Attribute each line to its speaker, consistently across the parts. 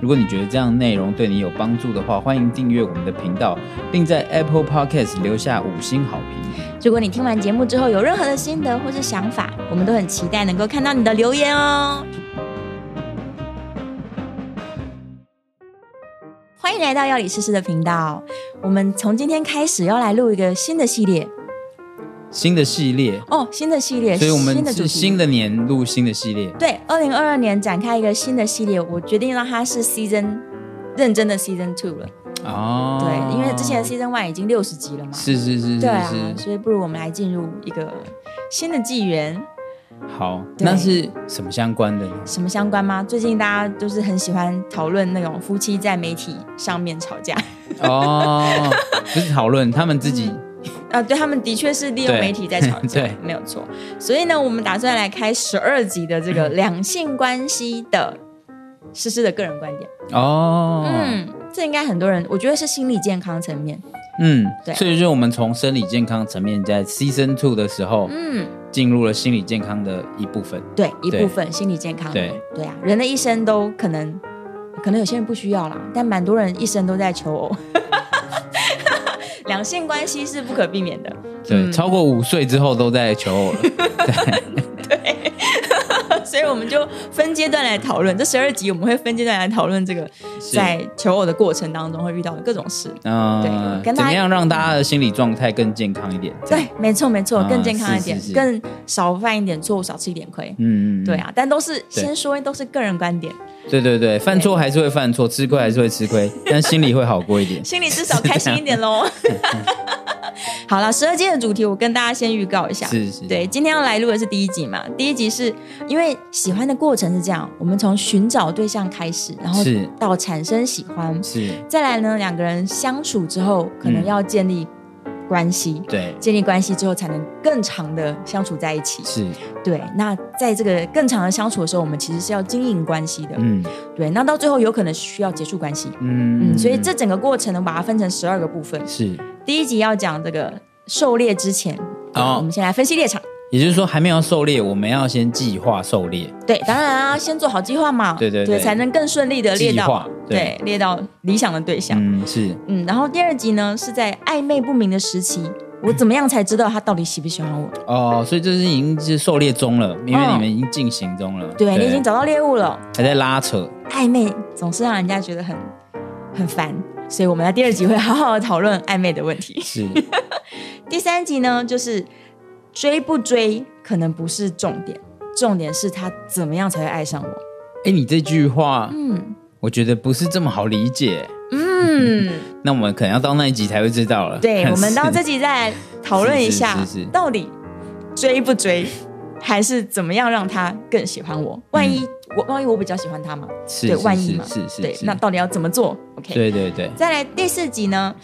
Speaker 1: 如果你觉得这样内容对你有帮助的话，欢迎订阅我们的频道，并在 Apple Podcast 留下五星好评。
Speaker 2: 如果你听完节目之后有任何的心得或是想法，我们都很期待能够看到你的留言哦。欢迎来到药理诗诗的频道，我们从今天开始要来录一个新的系列
Speaker 1: 新的系列，
Speaker 2: 哦，新的系列，
Speaker 1: 所以我
Speaker 2: 新
Speaker 1: 们
Speaker 2: 的主
Speaker 1: 是
Speaker 2: 题
Speaker 1: 新的年录新的系列。
Speaker 2: 对，二零二二年展开一个新的系列，我决定让它是 season 认真的 season two 了。
Speaker 1: 哦，
Speaker 2: 对，因为之前 season one 已经六十集了嘛。
Speaker 1: 是是是是
Speaker 2: 对啊，
Speaker 1: 是，
Speaker 2: 所以不如我们来进入一个新的纪元，
Speaker 1: 好，
Speaker 2: 对
Speaker 1: 那是什么相关的呢？
Speaker 2: 什么相关吗？最近大家都是很喜欢讨论那种夫妻在媒体上面吵架
Speaker 1: 哦，不是讨论他们自己
Speaker 2: 啊，对他们的确是利用
Speaker 1: 对
Speaker 2: 媒体在吵架
Speaker 1: 对，
Speaker 2: 没有错。所以呢，我们打算来开十二集的这个两性关系的诗诗的个人观点。
Speaker 1: 哦，
Speaker 2: 嗯，这应该很多人，我觉得是心理健康层面。
Speaker 1: 嗯
Speaker 2: 对
Speaker 1: 所以就是我们从生理健康层面在 Season Two 的时候
Speaker 2: 嗯，
Speaker 1: 进入了心理健康的一部分。
Speaker 2: 对，一
Speaker 1: 对
Speaker 2: 部分心理健康。
Speaker 1: 对，
Speaker 2: 对啊，人的一生都可能，可能有些人不需要啦，但蛮多人一生都在求偶。 两性关系是不可避免的，
Speaker 1: 对，
Speaker 2: 嗯
Speaker 1: 超过五岁之后都在求偶了。
Speaker 2: 所以我们就分阶段来讨论。这十二集我们会分阶段来讨论这个
Speaker 1: 是
Speaker 2: 在求偶的过程当中会遇到的各种事。
Speaker 1: 嗯
Speaker 2: 对，跟
Speaker 1: 怎
Speaker 2: 大家
Speaker 1: 么样让大家的心理状态更健康一点？这样
Speaker 2: 对，，没错没错，
Speaker 1: 啊
Speaker 2: 更健康一点，
Speaker 1: 是是是
Speaker 2: 更少犯一点错误，少吃一点亏。
Speaker 1: 嗯，嗯嗯
Speaker 2: 对，啊，但都是
Speaker 1: 对
Speaker 2: 先说都是个人观 点，。
Speaker 1: 对对对，犯错还是会犯错，吃亏还是会吃亏，但心里会好过一点
Speaker 2: 心里至少开心一点喽。 好了，十二季的主题我跟大家先预告一下。
Speaker 1: 是是，
Speaker 2: 对，今天要来录的是第一集嘛。第一集是因为喜欢的过程是这样，我们从寻找对象开始，然后
Speaker 1: 是
Speaker 2: 到产生喜欢，
Speaker 1: 是，
Speaker 2: 再来呢，两个人相处之后，可能
Speaker 1: 嗯
Speaker 2: 要建立关系，
Speaker 1: 对
Speaker 2: 建立关系之后才能更长的相处在一起。
Speaker 1: 是，
Speaker 2: 对，那在这个更长的相处的时候，我们其实是要经营关系的。
Speaker 1: 嗯
Speaker 2: 对，那到最后有可能需要结束关系。
Speaker 1: 嗯
Speaker 2: 嗯，所以这整个过程呢，我把它分成十二个部分。
Speaker 1: 是，
Speaker 2: 第一集要讲这个狩猎之前，
Speaker 1: 哦
Speaker 2: 我们先来分析猎场。
Speaker 1: 也就是说还没有狩猎，我们要先计划狩猎。
Speaker 2: 对，当然啊，先做好计划嘛，
Speaker 1: 对对对
Speaker 2: 才能更顺利的猎
Speaker 1: 计
Speaker 2: 到
Speaker 1: 划，对
Speaker 2: 猎到理想的对象。嗯
Speaker 1: 嗯，是
Speaker 2: 然后第二集呢是在暧昧不明的时期，我怎么样才知道他到底喜不喜欢我？
Speaker 1: 哦，所以这是已经是狩猎中了，因为
Speaker 2: 嗯
Speaker 1: 你们已经进行中了。
Speaker 2: 对你已经找到猎物了，
Speaker 1: 还在拉扯，
Speaker 2: 暧昧总是让人家觉得很很烦，所以我们在第二集会好好的讨论暧昧的问题。
Speaker 1: 是
Speaker 2: 第三集呢就是追不追可能不是重点，重点是他怎么样才会爱上我。
Speaker 1: 哎，你这句话
Speaker 2: 嗯
Speaker 1: 我觉得不是这么好理解，
Speaker 2: 嗯。
Speaker 1: 那我们可能要到那一集才会知道了。
Speaker 2: 对，我们到这集再来讨论一下
Speaker 1: 是是是是，
Speaker 2: 到底追不追，还是怎么样让他更喜欢我？万一我万一我比较喜欢他嘛，
Speaker 1: 嗯是
Speaker 2: 对，万一嘛，
Speaker 1: 是是是，
Speaker 2: 对，
Speaker 1: 是
Speaker 2: 那到底要怎么做？OK，
Speaker 1: 对对对，
Speaker 2: 再来第四集呢，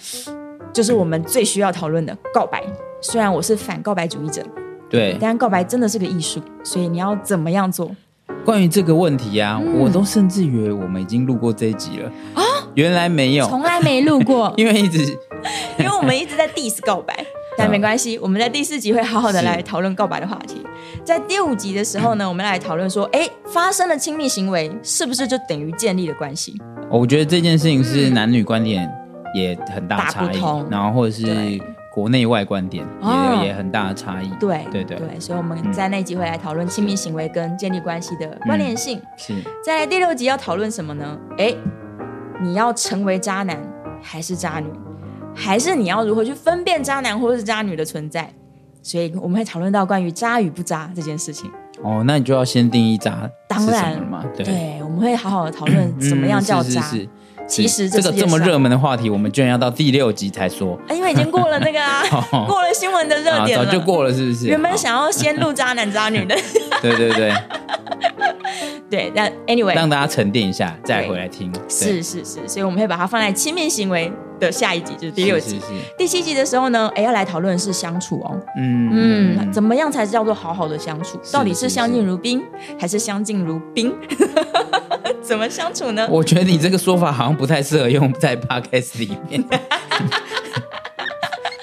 Speaker 2: 就是我们最需要讨论的告白。虽然我是反告白主义者，
Speaker 1: 对，
Speaker 2: 但告白真的是个艺术，所以你要怎么样做？
Speaker 1: 关于这个问题啊，
Speaker 2: 嗯
Speaker 1: 我都甚至以为我们已经录过这一集了啊，原来没有，，
Speaker 2: 从来没录过
Speaker 1: 因为一直
Speaker 2: 因为我们一直在 diss 告 白，但没关系，我们在第四集会好好的
Speaker 1: 嗯是嗯
Speaker 2: 来讨论告白的话题。在第五集的时候呢，我们来讨论说，哎，发生了亲密行为，是不是就等于建立了关系？
Speaker 1: 我觉得这件事情是男女观点也很大差
Speaker 2: 大
Speaker 1: 异
Speaker 2: 嗯不同，
Speaker 1: 然后或者是
Speaker 2: 对
Speaker 1: 国内外观点
Speaker 2: 哦
Speaker 1: 也也很大的差异，
Speaker 2: 对
Speaker 1: 对对
Speaker 2: 所以我们在那一集会来讨论亲密行为跟建立关系的关联性。
Speaker 1: 是
Speaker 2: 再来第六集要讨论什么呢？哎，你要成为渣男还是渣女，还是你要如何去分辨渣男或是渣女的存在？所以我们会讨论到关于渣与不渣这件事情。
Speaker 1: 哦，那你就要先定义渣
Speaker 2: 当
Speaker 1: 是什
Speaker 2: 然
Speaker 1: 么了嘛，对，
Speaker 2: 对，我们会好好的讨论怎么样
Speaker 1: 嗯
Speaker 2: 叫
Speaker 1: 是是
Speaker 2: 渣。
Speaker 1: 是
Speaker 2: 其实
Speaker 1: 这
Speaker 2: 这世
Speaker 1: 个
Speaker 2: 界
Speaker 1: 这么
Speaker 2: 上
Speaker 1: 热门的话题，我们居然要到第六集才说，，
Speaker 2: 啊，因为已经过了那个啊
Speaker 1: 哦
Speaker 2: 过了新闻的热
Speaker 1: 啊，
Speaker 2: 点
Speaker 1: 早
Speaker 2: 了。
Speaker 1: 就过了，是不是？
Speaker 2: 原本
Speaker 1: 好
Speaker 2: 想要先录渣男渣女的，
Speaker 1: 对对对，
Speaker 2: 对，但 anyway，
Speaker 1: 让大家沉淀一下，再回来听。对
Speaker 2: 是是是，所以我们会把它放在亲密行为的下一集，就是第六集。
Speaker 1: 是是是
Speaker 2: 第七集的时候呢，哎，要来讨论的是相处哦，
Speaker 1: 嗯
Speaker 2: 嗯，怎么样才叫做好好的相处？
Speaker 1: 是
Speaker 2: 到底是
Speaker 1: 是
Speaker 2: 相
Speaker 1: 是
Speaker 2: 敬如宾，还是相敬如宾？ 怎么相处呢？
Speaker 1: 我觉得你这个说法好像不太适合用在 podcast 里面，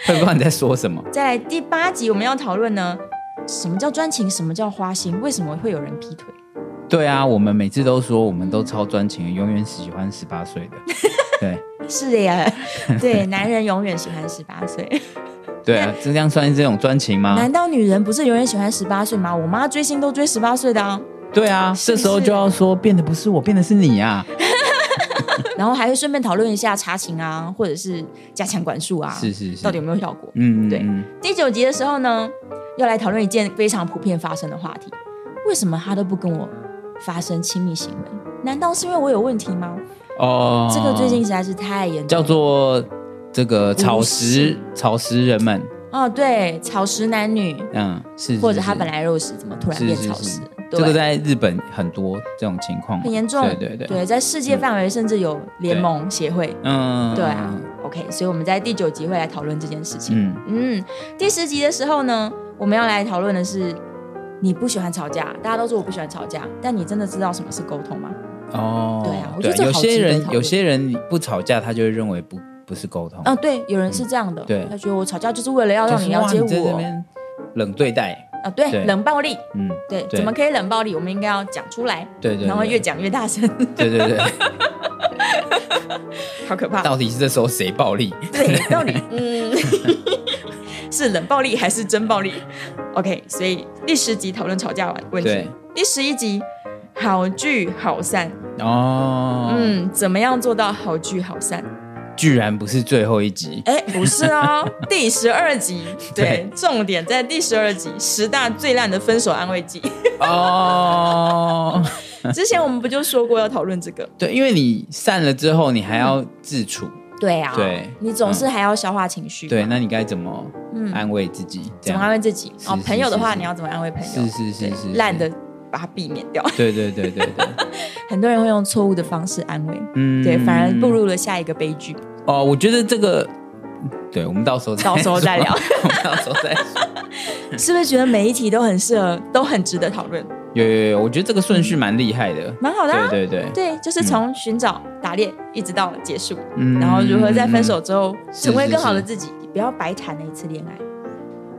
Speaker 1: 会不知道你在说什么。
Speaker 2: 再来第八集，我们要讨论呢，什么叫专情，什么叫花心，为什么会有人劈腿？
Speaker 1: 对啊，我们每次都说我们都超专情的，永远喜欢十八岁的。对
Speaker 2: 是的呀， 对，男人永远喜欢十八 岁，
Speaker 1: 对啊，这样算是这种专情吗？
Speaker 2: 难道女人不是永远喜欢十八岁吗？我妈追星都追十八岁的啊，
Speaker 1: 对啊，
Speaker 2: 是
Speaker 1: 这
Speaker 2: 不是
Speaker 1: 时候就要说变的不是我，变的是你啊！
Speaker 2: 然后还会顺便讨论一下查情啊，或者是加强管束啊，
Speaker 1: 是是是，
Speaker 2: 到底有没有效果？
Speaker 1: 嗯，嗯
Speaker 2: 对
Speaker 1: 嗯
Speaker 2: 第九集的时候呢，要来讨论一件非常普遍发生的话题：为什么他都不跟我发生亲密行为？难道是因为我有问题吗？
Speaker 1: 哦，
Speaker 2: 这个最近实在是太严重
Speaker 1: 叫
Speaker 2: 了。
Speaker 1: 做这个草
Speaker 2: 无
Speaker 1: 食草食人们，
Speaker 2: 哦，对，草食男女，
Speaker 1: 嗯，是
Speaker 2: 或者他本
Speaker 1: 来
Speaker 2: 来肉食，怎么突然
Speaker 1: 是
Speaker 2: 变
Speaker 1: 是
Speaker 2: 草
Speaker 1: 是
Speaker 2: 食？
Speaker 1: 这个
Speaker 2: 对，
Speaker 1: 在日本很多这种情况嘛，
Speaker 2: 很严重。
Speaker 1: 对对对，
Speaker 2: 在世界范围甚至有联盟协会。
Speaker 1: 嗯，
Speaker 2: 对啊，OK，所以我们在第九集会来讨论这件事情。
Speaker 1: 嗯，
Speaker 2: 嗯，第十集的时候呢，我们要来讨论的是。你不喜欢吵架，大家都说我不喜欢吵架，但你真的知道什么是沟通吗？
Speaker 1: 哦，
Speaker 2: 对啊我觉得这
Speaker 1: 有
Speaker 2: 好值得
Speaker 1: 些
Speaker 2: 讨
Speaker 1: 人
Speaker 2: 论
Speaker 1: 有些人不吵架，他就会认为不不是沟通，
Speaker 2: 嗯，对，有人是这样的，
Speaker 1: 嗯对
Speaker 2: 他觉得我吵架就是为了要
Speaker 1: 就
Speaker 2: 让
Speaker 1: 是
Speaker 2: 你了解
Speaker 1: 哇在这
Speaker 2: 我，
Speaker 1: 边冷对待，
Speaker 2: 啊，对，
Speaker 1: 对
Speaker 2: 冷暴力，
Speaker 1: 嗯，
Speaker 2: 对，
Speaker 1: 对
Speaker 2: 怎么可以冷暴力？我们应该要讲出来，
Speaker 1: 对对，
Speaker 2: 然后
Speaker 1: 对
Speaker 2: 越讲越大声，
Speaker 1: 对对 对，
Speaker 2: 好可怕。
Speaker 1: 到底是这时候谁 暴力？
Speaker 2: 对，到底嗯， 是冷暴力还是真暴力？OK，所以第十集讨论吵架完问题
Speaker 1: 对，
Speaker 2: 第十一集好聚好散，
Speaker 1: 哦，
Speaker 2: 嗯，怎么样做到好聚好散？
Speaker 1: 居然不是最后一集，
Speaker 2: 哎，不是哦，第十二 集，对
Speaker 1: 对，
Speaker 2: 重点在第十二集，十大最烂的分手安慰 剂。
Speaker 1: 哦，
Speaker 2: 之前我们不就说过要讨论这个？
Speaker 1: 对，因为你散了之后，你还要自处，
Speaker 2: 对啊，
Speaker 1: 对
Speaker 2: 你总是还要消化情绪，
Speaker 1: 对，，那你该怎么
Speaker 2: 嗯
Speaker 1: 安慰自己？
Speaker 2: 怎
Speaker 1: 这
Speaker 2: 么安
Speaker 1: 样，
Speaker 2: 慰自己？
Speaker 1: 是
Speaker 2: 哦，
Speaker 1: 是
Speaker 2: 朋友的话，
Speaker 1: 是
Speaker 2: 你要怎么安慰朋友？
Speaker 1: 是是是
Speaker 2: 对
Speaker 1: 是，
Speaker 2: 烂的，把它避免掉。
Speaker 1: 对对对对 对，
Speaker 2: 很多人会用错误的方式安慰，
Speaker 1: 嗯
Speaker 2: 对，反而步入了下一个悲 剧。
Speaker 1: 哦，我觉得这个，对我们到时候再
Speaker 2: 到时候再聊
Speaker 1: 说， 我们到时候再说。
Speaker 2: 是不是觉得每一题都很适合，都很值得讨论？
Speaker 1: 有有有，我觉得这个顺序蛮厉害的，
Speaker 2: 蛮好的、啊。
Speaker 1: 对对对，
Speaker 2: 对就是从寻找、打猎一直到结束，
Speaker 1: 嗯
Speaker 2: 然后如何在分手之后成为
Speaker 1: 是
Speaker 2: 更好的
Speaker 1: 是
Speaker 2: 自己，不要白谈了一次恋爱。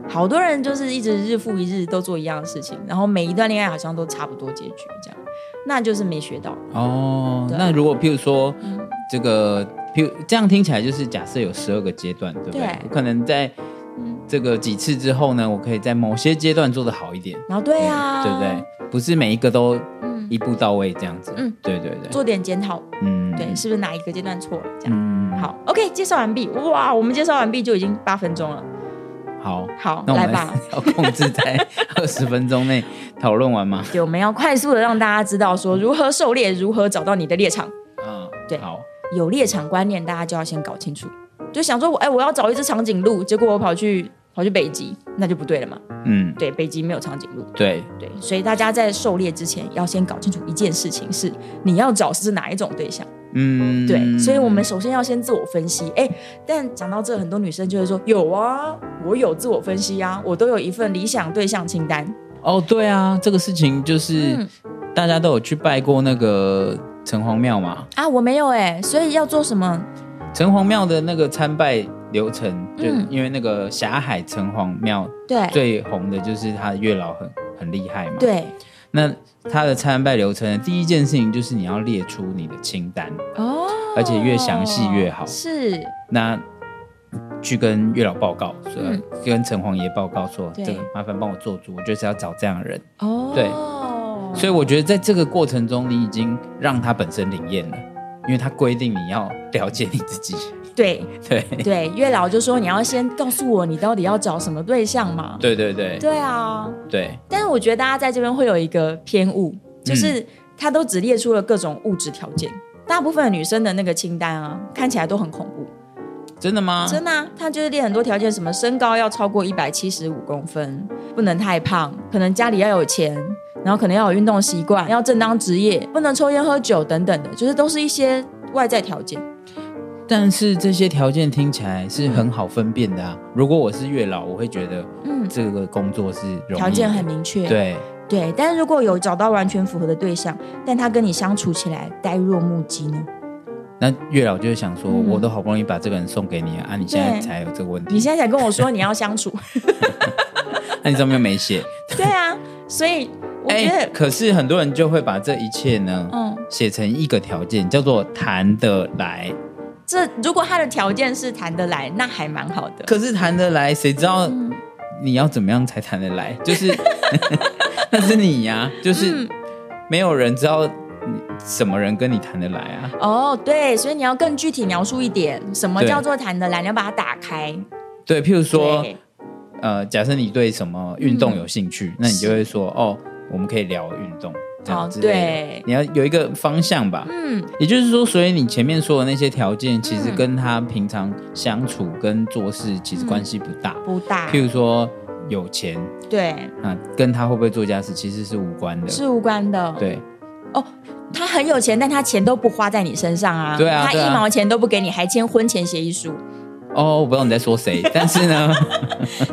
Speaker 2: 好多人就是一直日复一日都做一样的事情，然后每一段恋爱好像都差不多结局，这样，那就是没学到。
Speaker 1: 哦，
Speaker 2: 对
Speaker 1: 那如果譬如说
Speaker 2: 嗯
Speaker 1: 这个，譬如这样听起来就是假设有十二个阶段，对不对
Speaker 2: 对？
Speaker 1: 我可能在
Speaker 2: 嗯
Speaker 1: 这个几次之后呢，我可以在某些阶段做得好一点，
Speaker 2: 然后对啊，
Speaker 1: 对不对？？不是每一个都
Speaker 2: 嗯，
Speaker 1: 一步到位这样子，
Speaker 2: 嗯，
Speaker 1: 对对对，
Speaker 2: 做点检讨，
Speaker 1: 嗯，
Speaker 2: 对，是不是哪一个阶段错了？这样。
Speaker 1: 嗯，
Speaker 2: 好，OK，介绍完毕。哇，我们介绍完毕就已经八分钟了。
Speaker 1: 好，
Speaker 2: 好，
Speaker 1: 那我
Speaker 2: 来
Speaker 1: 们
Speaker 2: 吧，
Speaker 1: 要控制在二十分钟内讨论 完吗？
Speaker 2: 对，我们要快速的让大家知道说如何狩猎，如何找到你的猎场。
Speaker 1: 嗯，
Speaker 2: 对
Speaker 1: 好，
Speaker 2: 有猎场观念，大家就要先搞清楚。就想说我，哎、我要找一只长颈鹿，结果我跑去跑去北极，那就不对了嘛。
Speaker 1: 嗯，
Speaker 2: 对，北极没有长颈鹿。
Speaker 1: 对，
Speaker 2: 对，所以大家在狩猎之前要先搞清楚一件事情是你要找是哪一种对象。
Speaker 1: 嗯，
Speaker 2: 对，所以我们首先要先自我分析。哎，但讲到这，很多女生就会说：“有啊，我有自我分析啊，我都有一份理想对象清单。
Speaker 1: 哦，对啊，这个事情就是、
Speaker 2: 嗯
Speaker 1: 大家都有去拜过那个城隍庙嘛，”
Speaker 2: 啊，我没有哎、所以要做什么？
Speaker 1: 城隍庙的那个参拜流程，就
Speaker 2: 嗯
Speaker 1: 因为那个霞海城隍庙
Speaker 2: 对
Speaker 1: 最红的就是它的月老很很厉害嘛，，
Speaker 2: 对
Speaker 1: 那它的参拜流程第一件事情就是你要列出你的清单，
Speaker 2: 哦，
Speaker 1: 而且越详细越好
Speaker 2: 是，
Speaker 1: 那去跟月老报告，说、
Speaker 2: 嗯
Speaker 1: 跟城隍爷报告说，
Speaker 2: 对
Speaker 1: 这个麻烦帮我做主，我就是要找这样的人。
Speaker 2: 哦，
Speaker 1: 对所以我觉得在这个过程中，你已经让他本身领验了，因为他规定你要了解你自 己。
Speaker 2: 对
Speaker 1: 对，
Speaker 2: 对，月老就说你要先告诉我你到底要找什么对象嘛。
Speaker 1: 对对对
Speaker 2: 对啊，
Speaker 1: 对，
Speaker 2: 但是我觉得大家在这边会有一个偏误，
Speaker 1: 嗯
Speaker 2: 就是他都只列出了各种物质条件。大部分女生的那个清单啊，看起来都很恐怖，
Speaker 1: 真的吗？
Speaker 2: 真的、啊，他就是列很多条件，什么身高要超过一百七十五公分，不能太胖，可能家里要有钱，然后可能要有运动习惯，要正当职业，不能抽烟喝酒等等的，就是都是一些外在条件。
Speaker 1: 但是这些条件听起来是很好分辨的啊。如果我是月老，我会觉得
Speaker 2: 嗯，
Speaker 1: 这个工作是容易的
Speaker 2: 条件很明确。
Speaker 1: 对，
Speaker 2: 对，但是如果有找到完全符合的对象，但他跟你相处起来呆若木鸡呢？
Speaker 1: 那月老就是想说，
Speaker 2: 嗯
Speaker 1: 我都好不容易把这个人送给你啊，啊你现在
Speaker 2: 对
Speaker 1: 才有这个问题，
Speaker 2: 你现在才跟我说你要相处，
Speaker 1: 那、你怎么又没写？哎
Speaker 2: 对啊，所以我觉得，
Speaker 1: 可是很多人就会把这一切呢，
Speaker 2: 嗯，
Speaker 1: 写成一个条件，叫做谈得来。
Speaker 2: 这如果他的条件是谈得来，那还蛮好的。
Speaker 1: 可是谈得来，谁知道你要怎么样才谈得来？就是 那是你呀、
Speaker 2: 嗯
Speaker 1: 就是没有人知道你什么人跟你谈得来啊。
Speaker 2: 哦，对，所以你要更具体描述一点，什么
Speaker 1: 对
Speaker 2: 叫做谈得来？你要把它打开。
Speaker 1: 对，譬如说，
Speaker 2: 对
Speaker 1: 呃，假设你对什么运
Speaker 2: 嗯
Speaker 1: 动有兴趣，那你就会说，哦，我们可以聊运动这样
Speaker 2: 哦
Speaker 1: 之类的。
Speaker 2: 对
Speaker 1: 你要有一个方向吧。
Speaker 2: 嗯，
Speaker 1: 也就是说，所以你前面说的那些条件，其实跟他平常相处跟做事其实关系不大。
Speaker 2: 不大
Speaker 1: 譬，如说有钱
Speaker 2: 对，
Speaker 1: 啊，跟他会不会做家事其实是无关的。
Speaker 2: 是无关的。，
Speaker 1: 对
Speaker 2: 他很有钱，但他钱都不花在你身上啊。
Speaker 1: 对啊
Speaker 2: 他
Speaker 1: 对啊
Speaker 2: 一毛钱都不给你，还签婚前协议书，
Speaker 1: 哦，我不知道你在 说谁，但是呢，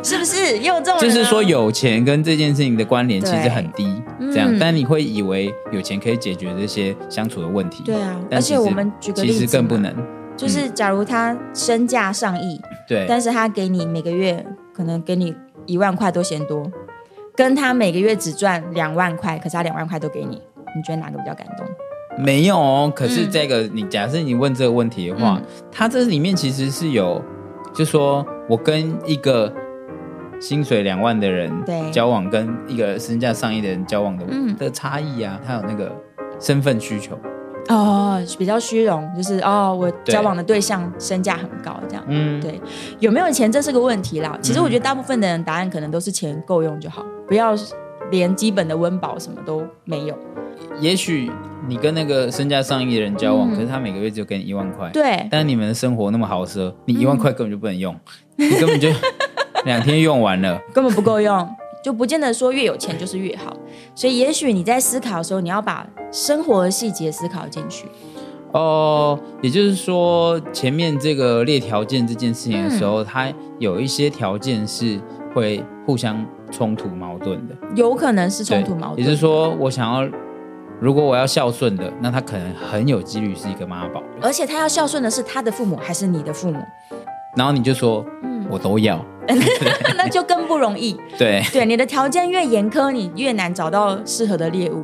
Speaker 2: 是不是？也有这种人啊
Speaker 1: 就是说有钱跟这件事情的关联其实
Speaker 2: 对
Speaker 1: 很低，这样
Speaker 2: 嗯，
Speaker 1: 但你会以为有钱可以解决这些相处的问题，
Speaker 2: 对啊，
Speaker 1: 但
Speaker 2: 而
Speaker 1: 其
Speaker 2: 且
Speaker 1: 实
Speaker 2: 我们举个例
Speaker 1: 其
Speaker 2: 子嘛，
Speaker 1: 实更不能。
Speaker 2: 就是假如他身价上亿，
Speaker 1: 对，
Speaker 2: 但是他给你每个月可能给你一万块都嫌多，跟他每个月只赚两万块，可是他两万块都给你，你觉得哪个比较感动？
Speaker 1: 没有哦。可是
Speaker 2: 嗯
Speaker 1: 这个，你假设你问这个问题的话，它这里面其实是有，就说我跟一个薪水两万的人
Speaker 2: 对
Speaker 1: 交往，跟一个身价上亿的人交往的、
Speaker 2: 嗯
Speaker 1: 的差异啊，它有那个身份需求。
Speaker 2: 哦，比较虚荣，就是哦，我
Speaker 1: 对
Speaker 2: 交往的对象身价很高，这样
Speaker 1: 嗯，
Speaker 2: 对有没有钱这是个问题啦。其实我觉得大部分的人答案可能都是钱够用就好，不要连基本的温饱什么都没有。
Speaker 1: 也许你跟那个身价上亿的人交
Speaker 2: 嗯
Speaker 1: 往，可是他每个月只有给你一万块，
Speaker 2: 对，
Speaker 1: 但你们的生活那么豪奢，你一万
Speaker 2: 嗯
Speaker 1: 块根本就不能用，你根本就两天用完了。
Speaker 2: 根本不够用，就不见得说越有钱就是越好。所以也许你在思考的时候，你要把生活的细节思考进去。
Speaker 1: 哦，也就是说，前面这个列条件这件事情的时
Speaker 2: 嗯
Speaker 1: 候，它有一些条件是会互相冲突矛盾的，
Speaker 2: 有可能是冲
Speaker 1: 对
Speaker 2: 突矛
Speaker 1: 也就是
Speaker 2: 盾。
Speaker 1: 说，我想要，如果我要孝顺的，那他可能很有几率是一个妈宝。
Speaker 2: 而且他要孝顺的是他的父母还是你的父母，
Speaker 1: 然后你就说，
Speaker 2: 嗯
Speaker 1: 我都要。
Speaker 2: 那就更不容易。
Speaker 1: 对，
Speaker 2: 对，你的条件越严苛，你越难找到适合的猎物。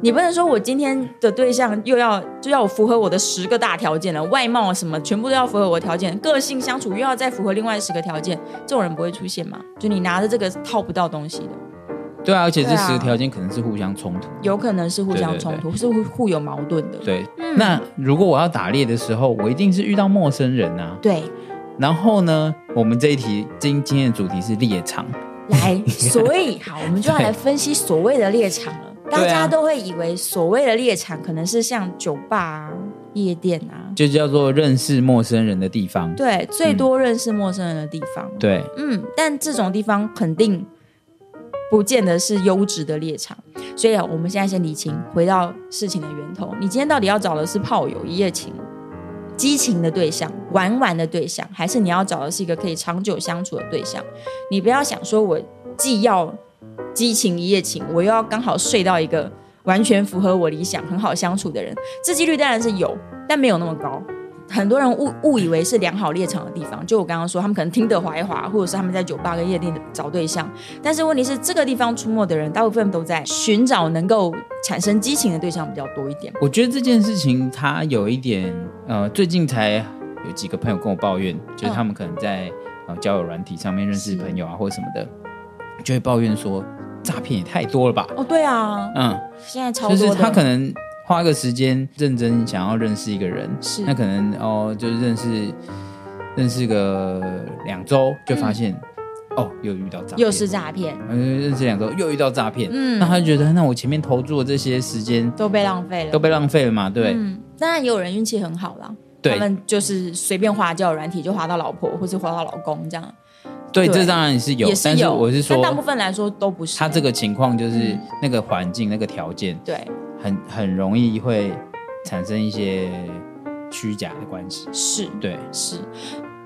Speaker 2: 你不能说我今天的对象又要就要符合我的十个大条件了，外貌什么全部都要符合我的条件，个性相处又要再符合另外十个条件，这种人不会出现嘛？就你拿着这个套不到东西的。
Speaker 1: 对啊，而且这
Speaker 2: 对啊
Speaker 1: 十个条件可能是互相冲突。
Speaker 2: 有可能是互相冲突，是互互有矛盾的。
Speaker 1: 对，那如果我要打猎的时候，我一定是遇到陌生人啊。
Speaker 2: 对，
Speaker 1: 然后呢，我们这一题今今天的主题是猎场。
Speaker 2: 来，所以好，我们就要来分析所谓的猎场了。
Speaker 1: 对啊
Speaker 2: 大家都会以为所谓的猎场可能是像酒吧、啊、夜店啊，
Speaker 1: 就叫做认识陌生人的地方。
Speaker 2: 对，最
Speaker 1: 嗯
Speaker 2: 多认识陌生人的地方。
Speaker 1: 对，
Speaker 2: 嗯，但这种地方肯定不见得是优质的猎场，所以啊，我们现在先理清，回到事情的源头。你今天到底要找的是炮友、一夜情、激情的对象、玩玩的对象，还是你要找的是一个可以长久相处的对象？你不要想说我既要激情一夜情，我又要刚好睡到一个完全符合我理想、很好相处的人，这几率当然是有，但没有那么高。很多人误误以为是良好猎场的地方，就我刚刚说，他们可能听得划一划，或者是他们在酒吧跟夜店找对象。但是问题是，这个地方出没的人，大部分都在寻找能够产生激情的对象比较多一点。
Speaker 1: 我觉得这件事情它有一点，呃，最近才有几个朋友跟我抱怨，就是他们可能在、呃交友软体上面认识
Speaker 2: 是
Speaker 1: 朋友啊或者什么的，就会抱怨说诈骗也太多了吧？
Speaker 2: 哦，对啊，
Speaker 1: 嗯，
Speaker 2: 现在超
Speaker 1: 就
Speaker 2: 多的。
Speaker 1: 是他可能花个时间认真想要认识一个人，
Speaker 2: 是
Speaker 1: 那可能哦，就是认识认识个两周就发现、哦又遇到诈骗，
Speaker 2: 嗯又是诈骗，
Speaker 1: 呃认识两周又遇到诈骗，
Speaker 2: 嗯
Speaker 1: 那他就觉得那我前面投注的这些时间
Speaker 2: 都被浪费了。
Speaker 1: 都被浪费了嘛，对、
Speaker 2: 嗯，当然也有人运气很好啦，他
Speaker 1: 对，
Speaker 2: 们就是随便花交友软体就花到老婆或者花到老公这样。
Speaker 1: 对，
Speaker 2: 对
Speaker 1: 这当然是有，
Speaker 2: 也是有。
Speaker 1: 但是我是说
Speaker 2: 但，大部分来说都不是。
Speaker 1: 他这个情况就是
Speaker 2: 嗯
Speaker 1: 那个环境、那个条件
Speaker 2: 对
Speaker 1: 很很容易会产生一些虚假的关系。
Speaker 2: 是
Speaker 1: 对，
Speaker 2: 是，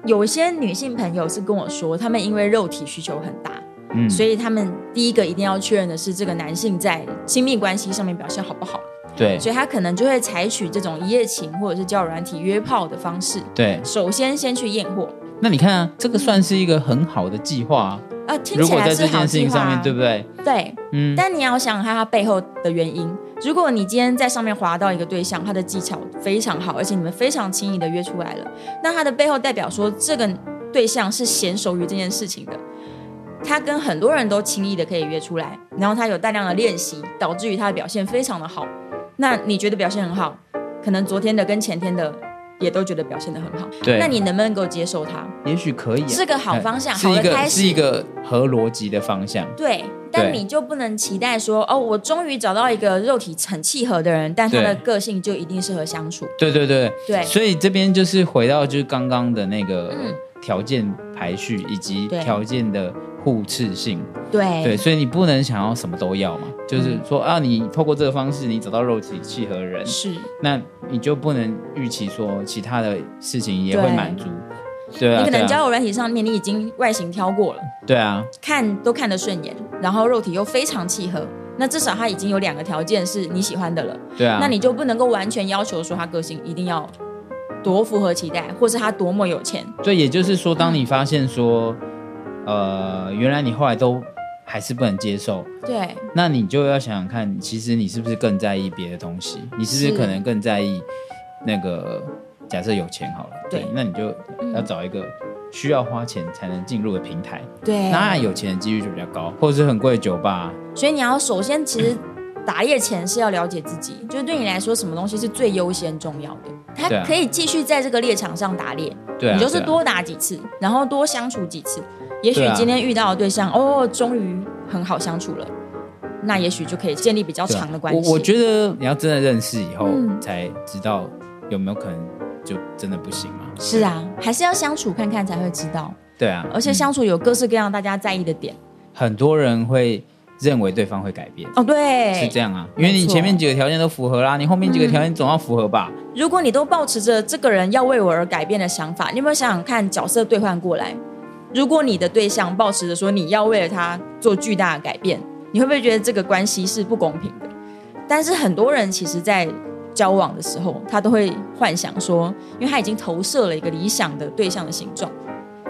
Speaker 2: 有一些女性朋友是跟我说，她们因为肉体需求很大，
Speaker 1: 嗯，
Speaker 2: 所
Speaker 1: 以
Speaker 2: 以她们第一个一定要确认的是这个男性在亲密关系上面表现好不好，
Speaker 1: 对
Speaker 2: 所以她可能就会采取这种一夜情或者是交友软体约炮的方式，
Speaker 1: 对，
Speaker 2: 首先先去验货。
Speaker 1: 那你看啊，这个算是一个很好的计划、啊，
Speaker 2: 啊，听
Speaker 1: 如
Speaker 2: 起
Speaker 1: 果
Speaker 2: 来
Speaker 1: 在
Speaker 2: 是
Speaker 1: 这
Speaker 2: 好
Speaker 1: 件事
Speaker 2: 计
Speaker 1: 情
Speaker 2: 划、
Speaker 1: 上
Speaker 2: 啊
Speaker 1: 面，，对不对？
Speaker 2: 对，
Speaker 1: 嗯，
Speaker 2: 但你要想看它背后的原因。如果你今天在上面滑到一个对象，他的技巧非常好，而且你们非常轻易的约出来了，那他的背后代表说这个对象是娴熟于这件事情的，他跟很多人都轻易的可以约出来，然后他有大量的练习，导致于他的表现非常的好。那你觉得表现很好，可能昨天的跟前天的也都觉得表现的很好，
Speaker 1: 对
Speaker 2: 那你能不能够接受他？
Speaker 1: 也许可以、啊，
Speaker 2: 是个好方向
Speaker 1: 哎
Speaker 2: 好
Speaker 1: 是
Speaker 2: 的
Speaker 1: 一
Speaker 2: 开
Speaker 1: 个
Speaker 2: 始
Speaker 1: 是一个合逻辑的方向。
Speaker 2: 对，但
Speaker 1: 对
Speaker 2: 你就不能期待说，哦，我终于找到一个肉体很契合的人，但他的
Speaker 1: 对
Speaker 2: 个性就一定适合相处。
Speaker 1: 对对对，
Speaker 2: 对
Speaker 1: 所以这边就是回到就是刚刚的那个
Speaker 2: 嗯
Speaker 1: 条件排序以及
Speaker 2: 对
Speaker 1: 条件的互斥性，
Speaker 2: 对，嗯
Speaker 1: 对，所以你不能想要什么都要嘛，就是说啊，你透过这个方式你找到肉体契合的人，
Speaker 2: 是
Speaker 1: 那你就不能预期说其他的事情也会
Speaker 2: 对
Speaker 1: 满足，对啊，
Speaker 2: 你可
Speaker 1: 对
Speaker 2: 能
Speaker 1: 啊
Speaker 2: 交友软体上面你已经外形挑过了，
Speaker 1: 对啊，
Speaker 2: 看都看得顺眼，然后肉体又非常契合，那至少他已经有两个条件是你喜欢的了，
Speaker 1: 对啊，
Speaker 2: 那你就不能够完全要求说他个性一定要多符合期待，或是他多么有钱。
Speaker 1: 所以也就是说，当
Speaker 2: 嗯
Speaker 1: 你发现说，呃，原来你后来都还是不能接受，
Speaker 2: 对，
Speaker 1: 那你就要想想看，其实你是不是更在意别的东西？你是不
Speaker 2: 是
Speaker 1: 是可能更在意那个？假设有钱好了，
Speaker 2: 对嗯
Speaker 1: 那你就要找一个需要花钱才能进入的平台，
Speaker 2: 对，
Speaker 1: 那有钱的几率就比较高，或者是很贵的酒吧。
Speaker 2: 所以你要首先，其实打猎前是要了解自己，就是对你来说，什么东西是最优先重要的。他
Speaker 1: 对啊
Speaker 2: 可以继续在这个猎场上打猎，
Speaker 1: 对啊，
Speaker 2: 你就是
Speaker 1: 对啊
Speaker 2: 多打几次，然后多相处几次。也许
Speaker 1: 对啊
Speaker 2: 今天遇到的对象，哦，终于很好相处了，那也许就可以建立比较
Speaker 1: 对啊
Speaker 2: 长的关系。
Speaker 1: 我我觉得你要真的认识以后，
Speaker 2: 嗯
Speaker 1: 才知道有没有可能就真的不行嘛。
Speaker 2: 是啊，还是要相处看看才会知道，
Speaker 1: 对啊，
Speaker 2: 而且
Speaker 1: 嗯
Speaker 2: 相处有各式各样大家在意的点。
Speaker 1: 很多人会认为对方会改变，
Speaker 2: 哦，对，嗯
Speaker 1: 是这样啊，因为你前面几个条件都符合啦，你后面几个条件总要符合吧？
Speaker 2: 如果你都抱持着这个人要为我而改变的想法，你有没有想想看，角色兑换过来？如果你的对象抱持着说你要为了他做巨大的改变，你会不会觉得这个关系是不公平的？但是很多人其实，在交往的时候，他都会幻想说，因为他已经投射了一个理想的对象的形状。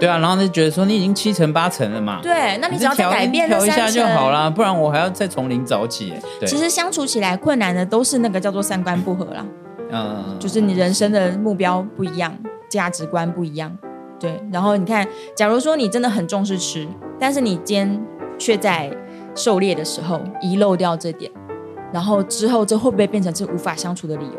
Speaker 1: 对啊，然后就觉得说你已经七成八成了嘛，
Speaker 2: 对，那你只
Speaker 1: 这
Speaker 2: 要再
Speaker 1: 调
Speaker 2: 改变那
Speaker 1: 调一
Speaker 2: 三
Speaker 1: 下就好
Speaker 2: 成
Speaker 1: 啦，不然我还要再从零找起耶。对，
Speaker 2: 其实相处起来困难的都是那个叫做三观不合啦。
Speaker 1: 嗯，
Speaker 2: 就是你人生的目标不一样，价值观不一样，对。然后你看，假如说你真的很重视吃，但是你今天却在狩猎的时候遗漏掉这点，然后之后这会不会变成是无法相处的理由？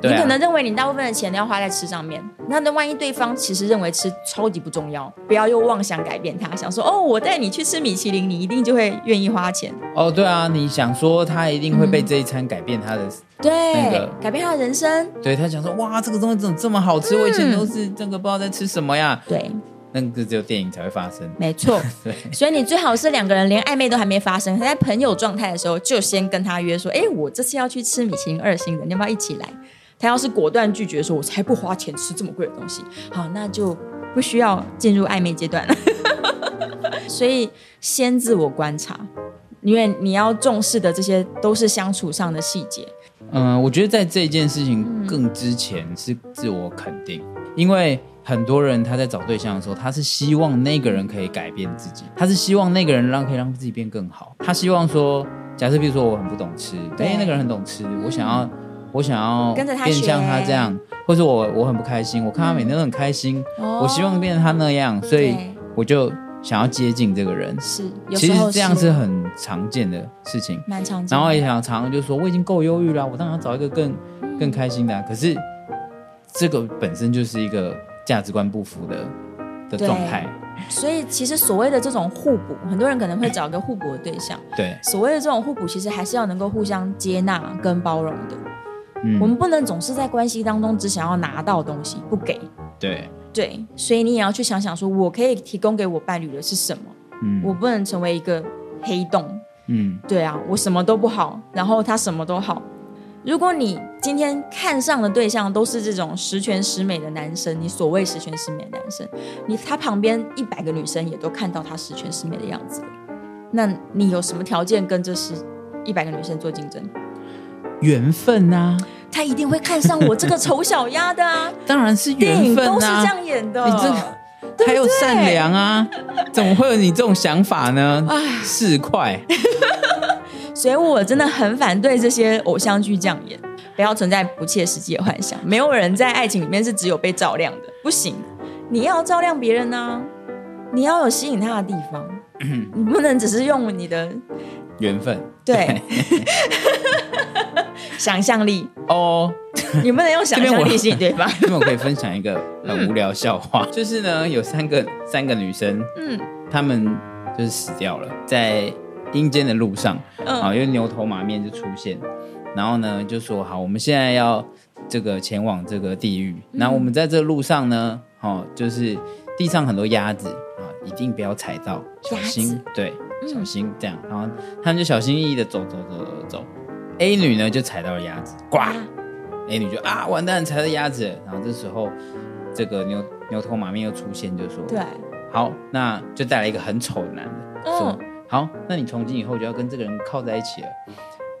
Speaker 1: 对
Speaker 2: 你
Speaker 1: 啊
Speaker 2: 可能认为你大部分的钱要花在吃上面，那那万一对方其实认为吃超级不重要，不要又妄想改变他，想说哦，我带你去吃米其林，你一定就会愿意花钱，
Speaker 1: 哦，对啊，你想说他一定会被这一餐改变他的，
Speaker 2: 对，
Speaker 1: 那个
Speaker 2: 改变他的人生，
Speaker 1: 对他想说哇，这个东西怎么这么好
Speaker 2: 嗯
Speaker 1: 吃？我以前都是这个不知道在吃什么呀，
Speaker 2: 对，
Speaker 1: 那个只有电影才会发生。
Speaker 2: 没错
Speaker 1: 对，
Speaker 2: 所以你最好是两个人连暧昧都还没发生，还在朋友状态的时候，就先跟他约说：“哎，我这次要去吃米其林二星的，你要不要一起来？”他要是果断拒绝说：“我才不花钱吃这么贵的东西。”好，那就不需要进入暧昧阶段了。 所以先自我观察，因为你要重视的这些都是相处上的细节。
Speaker 1: 嗯，我觉得在这件事情
Speaker 2: 嗯
Speaker 1: 更之前是自我肯定，因为很多人他在找对象的时候，他是希望那个人可以改变自己，他是希望那个人让可以让自己变更好，他希望说，假设比如说我很不懂吃，
Speaker 2: 对
Speaker 1: 对，那个人很懂吃，我想要我想要
Speaker 2: 跟着他
Speaker 1: 变像
Speaker 2: 学
Speaker 1: 他这样，或者我我很不开心，我看他每天都很开心，
Speaker 2: 哦
Speaker 1: 我希望变成他那样，所以
Speaker 2: 对
Speaker 1: 我就想要接近这个人。
Speaker 2: 是，有
Speaker 1: 其
Speaker 2: 时
Speaker 1: 实
Speaker 2: 候
Speaker 1: 这样是很常见的事情。
Speaker 2: 蛮常见
Speaker 1: 然
Speaker 2: 的。
Speaker 1: 后也想常常就说我已经够忧郁了，我当然要找一个更更开心的啊、可是这个本身就是一个价值观不符的的
Speaker 2: 对
Speaker 1: 状态，
Speaker 2: 所以其实所谓的这种互补，很多人可能会找一个互补的对象。
Speaker 1: 对，
Speaker 2: 所谓的这种互补，其实还是要能够互相接纳跟包容的。
Speaker 1: 嗯
Speaker 2: 我们不能总是在关系当中只想要拿到东西不给，
Speaker 1: 对，
Speaker 2: 对，所以你也要去想想说，我可以提供给我伴侣的是什么？
Speaker 1: 嗯
Speaker 2: 我不能成为一个黑洞。
Speaker 1: 嗯
Speaker 2: 对啊，我什么都不好，然后他什么都好。如果你今天看上的对象都是这种十全十美的男生，你所谓十全十美的男生，你他旁边一百个女生也都看到他十全十美的样子了，那你有什么条件跟这十一百个女生做竞争？
Speaker 1: 缘分啊呐、
Speaker 2: 他一定会看上我这个丑小鸭的啊！
Speaker 1: 当然是
Speaker 2: 电
Speaker 1: 缘
Speaker 2: 影
Speaker 1: 分
Speaker 2: 都是
Speaker 1: 呐、
Speaker 2: 这样演的。啊
Speaker 1: 你这还有善良啊，怎么会有你这种想法呢？四块，
Speaker 2: 所以我真的很反对这些偶像剧这样演，不要存在不切实际的幻想。没有人在爱情里面是只有被照亮的，不行，你要照亮别人呢、啊你要有吸引他的地方，
Speaker 1: 嗯
Speaker 2: 你不能只是用你的
Speaker 1: 缘分
Speaker 2: 对想象力，
Speaker 1: 哦。
Speaker 2: 你不能用想
Speaker 1: 这边
Speaker 2: 象
Speaker 1: 我
Speaker 2: 力吸引对方。
Speaker 1: 这边我可以 分享一个很无聊笑话，就是呢，有三个三个女生，
Speaker 2: 嗯
Speaker 1: 她们就是死掉了，在阴间的路上，啊，
Speaker 2: 嗯
Speaker 1: 因为牛头马面就出现，然后呢就说好，我们现在要这个前往这个地狱，
Speaker 2: 嗯
Speaker 1: 那我们在这路上呢，哦，就是地上很多鸭子啊，一定不要踩到，小
Speaker 2: 鸭
Speaker 1: 心
Speaker 2: 子，嗯
Speaker 1: 对，小心这样，然后他们就小心翼翼的走走走走走，A 女呢就踩到了鸭子，呱，A 女就啊完蛋踩到鸭子了，然后这时候这个牛牛头马面又出现，就说
Speaker 2: 对，啊
Speaker 1: 好，那就带来一个很丑的男的，
Speaker 2: 嗯
Speaker 1: 说、好，那你从今以后就要跟这个人靠在一起了。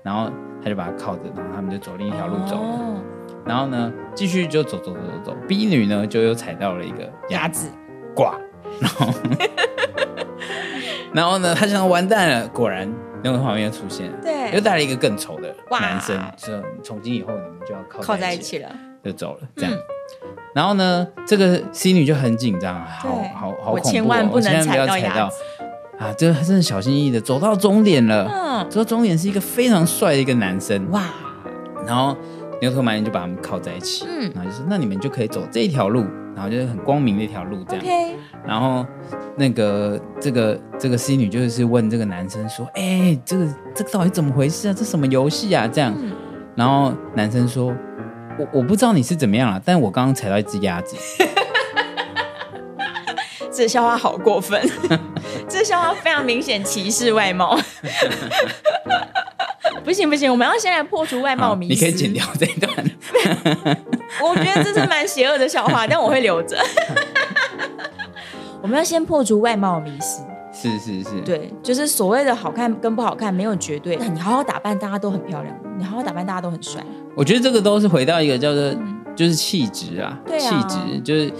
Speaker 1: 然后他就把他靠着，然后他们就走另一条路走了。
Speaker 2: 哦
Speaker 1: 然后呢，继续就走走走走走，B 女呢就又踩到了一个
Speaker 2: 鸭子，
Speaker 1: 挂，然后然后呢，他想完蛋了，果然那个旁边又出现了，
Speaker 2: 对，
Speaker 1: 又带了一个更丑的
Speaker 2: 哇
Speaker 1: 男生，说从今以后你们就要靠
Speaker 2: 靠在一
Speaker 1: 了
Speaker 2: 起了，
Speaker 1: 就走了，这样。然后呢，这个 C 女就很紧张，好
Speaker 2: 对
Speaker 1: 好好恐怖、
Speaker 2: 我
Speaker 1: 哦，
Speaker 2: 千万不
Speaker 1: 我千
Speaker 2: 能
Speaker 1: 万不
Speaker 2: 踩
Speaker 1: 要
Speaker 2: 到
Speaker 1: 踩
Speaker 2: 鸭
Speaker 1: 到
Speaker 2: 子
Speaker 1: 啊！这真的小心翼翼的走到终点了，
Speaker 2: 嗯，
Speaker 1: 走到终点是一个非常帅的一个男生，
Speaker 2: 哇，
Speaker 1: 然后牛头马面就把他们靠在一起，
Speaker 2: 嗯
Speaker 1: 然后就说那你们就可以走这条路，然后就是很光明的一条路这样。嗯
Speaker 2: ，OK，
Speaker 1: 然后那个这个这个 C 女就是问这个男生说：“哎、这个这个到底怎么回事啊？这什么游戏啊？”这样，
Speaker 2: 嗯
Speaker 1: 然后男生说：“我我不知道你是怎么样了，但我刚刚踩到一只鸭子。
Speaker 2: 这笑话好过 分，这笑话非常明显歧视外貌。不行不行，我们要先来破除外貌
Speaker 1: 好
Speaker 2: 迷
Speaker 1: 你
Speaker 2: 思。
Speaker 1: 可以剪掉这一段。
Speaker 2: 我觉得这是蛮邪恶的笑 话，但我会留着。我们要先破除外貌迷思，
Speaker 1: 是是是，
Speaker 2: 对，就是所谓的好看跟不好看没有绝对。你好好打扮，大家都很漂亮；你好好打扮，大家都很帅。
Speaker 1: 我觉得这个都是回到一个叫做就是气质啊，
Speaker 2: 对
Speaker 1: 气
Speaker 2: 啊
Speaker 1: 质就是。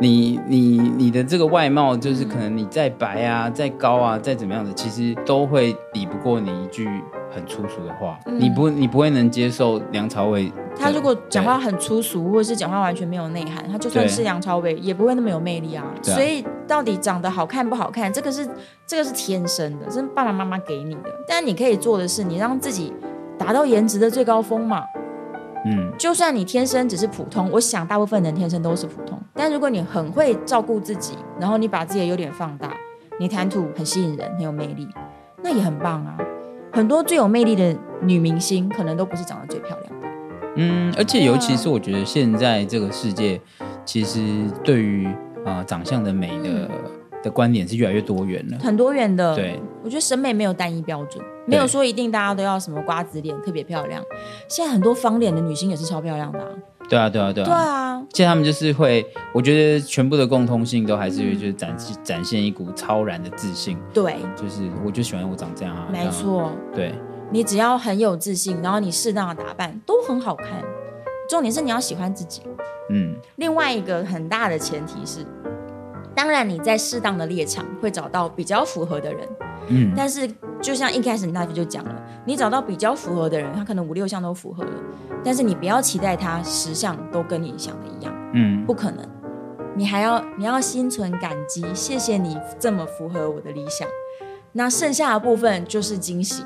Speaker 1: 你你你的这个外貌，就是可能你再白啊、
Speaker 2: 嗯
Speaker 1: 再高啊、再怎么样的，其实都会抵不过你一句很粗俗的话。
Speaker 2: 嗯
Speaker 1: 你不你不会能接受梁朝伟的，
Speaker 2: 他如果讲话很粗俗，或者是讲话完全没有内涵，他就算
Speaker 1: 对
Speaker 2: 是梁朝伟也不会那么有魅力啊。
Speaker 1: 对啊
Speaker 2: 所以到底长得好看不好看，这个是这个是天生的，这是爸爸妈妈给你的。但你可以做的是，你让自己达到颜值的最高峰嘛。
Speaker 1: 对嗯
Speaker 2: 就算你天生只是普通，我想大部分人天生都是普通，但如果你很会照顾自己，然后你把自己的优点放大，你谈吐很吸引人，很有魅力，那也很棒啊。很多最有魅力的女明星，可能都不是长得最漂亮的。
Speaker 1: 嗯，而且
Speaker 2: 对啊
Speaker 1: 尤其是我觉得现在这个世界，其实对于呃长相的美的、
Speaker 2: 嗯
Speaker 1: 的观点是越来越多元了。
Speaker 2: 很多元的。
Speaker 1: 对，
Speaker 2: 我觉得审美没有单一标准，没有说一定大家都要什么瓜子脸特别漂亮。现在很多方脸的女星也是超漂亮的、啊。
Speaker 1: 对啊，对啊，对啊。
Speaker 2: 对啊，
Speaker 1: 现在他们就是会，我觉得全部的共通性都还是就是
Speaker 2: 嗯
Speaker 1: 展示、展现一股超然的自信，
Speaker 2: 对，
Speaker 1: 就是我就喜欢我长这样啊，
Speaker 2: 没
Speaker 1: 这样啊，
Speaker 2: 错。
Speaker 1: 对，
Speaker 2: 你只要很有自信，然后你适当的打扮都很好看。重点是你要喜欢自己。
Speaker 1: 嗯，
Speaker 2: 另外一个很大的前提是，当然你在适当的猎场会找到比较符合的人，
Speaker 1: 嗯，
Speaker 2: 但是就像一开始那就讲了，你找到比较符合的人，他可能五六项都符合了，但是你不要期待他十项都跟你想的一样。
Speaker 1: 嗯，
Speaker 2: 不可能。你还要你要心存感激，谢谢你这么符合我的理想。那剩下的部分就是惊喜，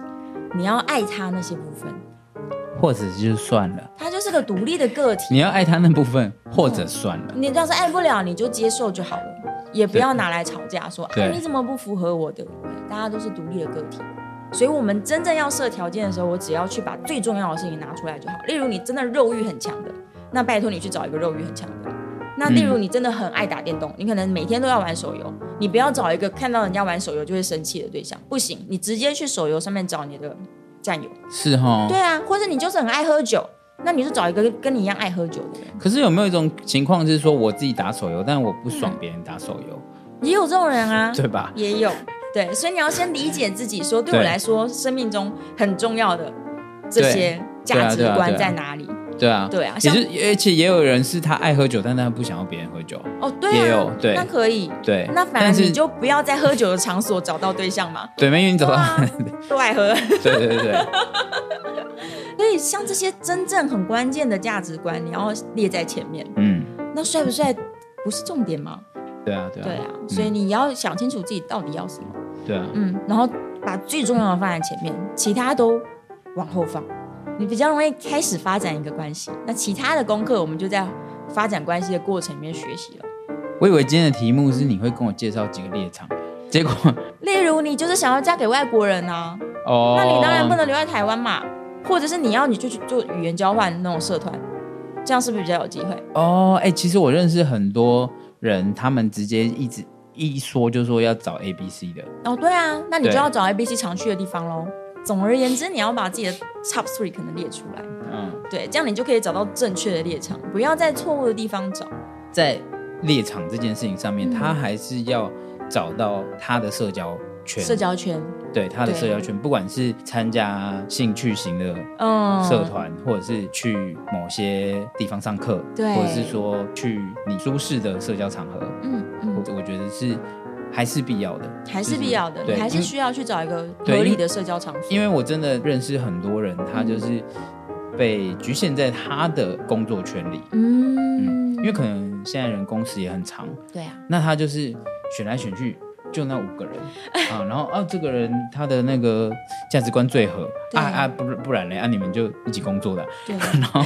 Speaker 2: 你要爱他那些部分，
Speaker 1: 或者就算了，
Speaker 2: 他就是个独立的个体。
Speaker 1: 你要爱他那部分，或
Speaker 2: 嗯
Speaker 1: 者算了，
Speaker 2: 你要是爱不了，你就接受就好了，也不要拿来吵架说，
Speaker 1: 对
Speaker 2: 哎，你怎么不符合我的？大家都是独立的个体，所以我们真正要设条件的时候，我只要去把最重要的事情拿出来就好。例如，你真的肉欲很强的，那拜托你去找一个肉欲很强的，那例如你真的很爱打电动，你可能每天都要玩手游，你不要找一个看到人家玩手游就会生气的对象，不行，你直接去手游上面找你的战友。
Speaker 1: 是哈。
Speaker 2: 对啊，或者你就是很爱喝酒，那你就找一个跟你一样爱喝酒的人。
Speaker 1: 可是有没有一种情况是说，我自己打手游，但我
Speaker 2: 嗯
Speaker 1: 不爽别人打手游，
Speaker 2: 也有这种人啊，
Speaker 1: 对吧？
Speaker 2: 也有对，所以你要先理解自己说，对我
Speaker 1: 对
Speaker 2: 来说，生命中很重要的这
Speaker 1: 对
Speaker 2: 些
Speaker 1: 对
Speaker 2: 价
Speaker 1: 啊
Speaker 2: 值
Speaker 1: 对啊
Speaker 2: 观
Speaker 1: 对啊
Speaker 2: 在哪里？
Speaker 1: 对啊，
Speaker 2: 对啊
Speaker 1: 也
Speaker 2: 像
Speaker 1: 是，而且也有人是他爱喝酒，但他不想要别人喝酒。
Speaker 2: 哦，对啊，
Speaker 1: 也有对
Speaker 2: 那可以。
Speaker 1: 对，
Speaker 2: 那反而
Speaker 1: 但是
Speaker 2: 你就不要在喝酒的场所找到对象嘛，
Speaker 1: 对，没因为你走到，
Speaker 2: 啊都爱喝。
Speaker 1: 对对对对，
Speaker 2: 所以像这些真正很关键的价值观，你要列在前面。
Speaker 1: 嗯，
Speaker 2: 那帅不帅不是重点吗？
Speaker 1: 对啊，对啊，
Speaker 2: 对啊，所以你要想清楚自己到底要什么，
Speaker 1: 对啊，
Speaker 2: 嗯，然后把最重要的放在前面，其他都往后放。你比较容易开始发展一个关系，那其他的功课我们就在发展关系的过程里面学习了。
Speaker 1: 我以为今天的题目是你会跟我介绍几个猎场，结果
Speaker 2: 例如，你就是想要嫁给外国人啊，
Speaker 1: 哦，
Speaker 2: 那你当然不能留在台湾嘛，或者是你要你就去做语言交换那种社团，这样是不是比较有机会？
Speaker 1: 哦，哎、其实我认识很多人，他们直接一直一说就说要找 A B C 的，
Speaker 2: 哦，对啊，那你就
Speaker 1: 对
Speaker 2: 要找 A、B、C 常去的地方喽。总而言之，你要把自己的 top three 可能列出来，
Speaker 1: 嗯，
Speaker 2: 对，这样你就可以找到正确的猎场，不要在错误的地方找。
Speaker 1: 在猎场这件事情上
Speaker 2: 嗯
Speaker 1: 面，他还是要找到他的社交圈，
Speaker 2: 社交圈，
Speaker 1: 对他的
Speaker 2: 对
Speaker 1: 社交圈，不管是参加兴趣型的
Speaker 2: 嗯，
Speaker 1: 社团，或者是去某些地方上课，
Speaker 2: 对
Speaker 1: 或者是说去你舒适的社交场合，
Speaker 2: 嗯
Speaker 1: 我
Speaker 2: 嗯，
Speaker 1: 我觉得是还是必要的，
Speaker 2: 还是必要的，
Speaker 1: 对
Speaker 2: 你还
Speaker 1: 因
Speaker 2: 是
Speaker 1: 为
Speaker 2: 需要去找一个
Speaker 1: 对
Speaker 2: 合理
Speaker 1: 因
Speaker 2: 的社交场所。
Speaker 1: 因为我真的认识很多人，他就是
Speaker 2: 嗯
Speaker 1: 被局限在他的工作圈里，
Speaker 2: 嗯，
Speaker 1: 因为可能现在人工时也很长，
Speaker 2: 对啊，
Speaker 1: 那他就是选来选去就那五个 人啊，然后啊这个人他的那个价值观最合
Speaker 2: 对
Speaker 1: 啊啊，不不然嘞啊你们就一起工作的啊，
Speaker 2: 对 啊，
Speaker 1: 然后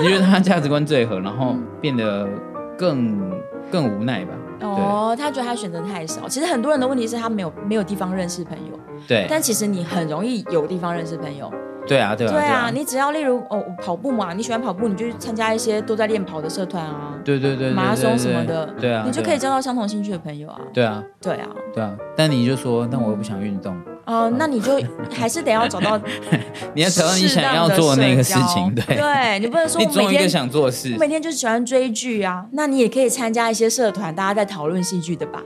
Speaker 1: 你觉得他价值观最合，然后变得更更无奈吧？
Speaker 2: 哦，他觉得他选择太少。其实很多人的问题是他没有没有地方认识朋友，
Speaker 1: 对
Speaker 2: 但其实你很容易有地方认识朋友。
Speaker 1: 对啊对啊
Speaker 2: 对啊，
Speaker 1: 啊，
Speaker 2: 你只要例如哦跑步嘛，你喜欢跑步，你就去参加一些都在练跑的社团啊，
Speaker 1: 对对对对对
Speaker 2: 马拉松
Speaker 1: 对
Speaker 2: 什么的，
Speaker 1: 对啊，
Speaker 2: 你就
Speaker 1: 对啊
Speaker 2: 可以交到相同兴趣的朋友啊。
Speaker 1: 对啊
Speaker 2: 对啊，
Speaker 1: 对啊，但你就说，但我又不想运动。
Speaker 2: 呃，那你就还是得要找到
Speaker 1: 嗯 你要找到你想要做的那个事情，
Speaker 2: 适当的社交
Speaker 1: 对，
Speaker 2: 对你不能说
Speaker 1: 你
Speaker 2: 我
Speaker 1: 总有一
Speaker 2: 每
Speaker 1: 个
Speaker 2: 天。
Speaker 1: 想做的事
Speaker 2: 我，每天就喜欢追剧啊，那你也可以参加一些社团，大家在讨论戏剧的吧？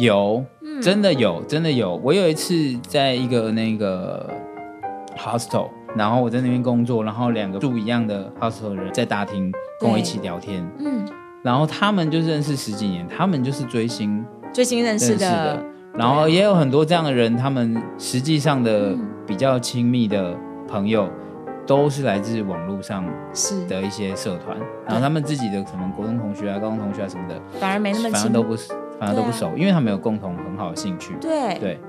Speaker 1: 有，真的有，真的有。我有一次在一个那个 hostel，然后我在那边工作，然后两个住一样的 hostel 的人在大厅跟我一起聊天，
Speaker 2: 嗯，
Speaker 1: 然后他们就认识十几年，他们就是追星
Speaker 2: 最新认
Speaker 1: 认
Speaker 2: 识
Speaker 1: 识
Speaker 2: 的
Speaker 1: 的，，然后也有很多这样的人，他们实际上的比较亲密的朋友。都是来自网络上
Speaker 2: 是
Speaker 1: 的一些社团，然后他们自己的可能国中同学啊、高中同学啊什么的，
Speaker 2: 反而没哎那么
Speaker 1: 反
Speaker 2: 亲
Speaker 1: 正都。不是，反正都
Speaker 2: 对啊
Speaker 1: 不熟，因为他们有共同很好的兴趣。
Speaker 2: 对，
Speaker 1: 对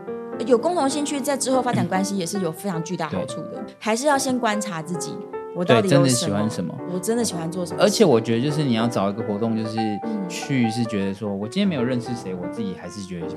Speaker 2: 有共同兴趣，在之后发展关系也是有非常巨大好处的。还是要先观察自己，我到
Speaker 1: 对，
Speaker 2: 底
Speaker 1: 真
Speaker 2: 有
Speaker 1: 的
Speaker 2: 什
Speaker 1: 喜
Speaker 2: 么
Speaker 1: 欢，什么？
Speaker 2: 我真的喜欢做什么事。
Speaker 1: 而且我觉得就是你要找一个活动，就是
Speaker 2: 嗯
Speaker 1: 去是觉得说，我今天没有认识谁，我自己还是觉得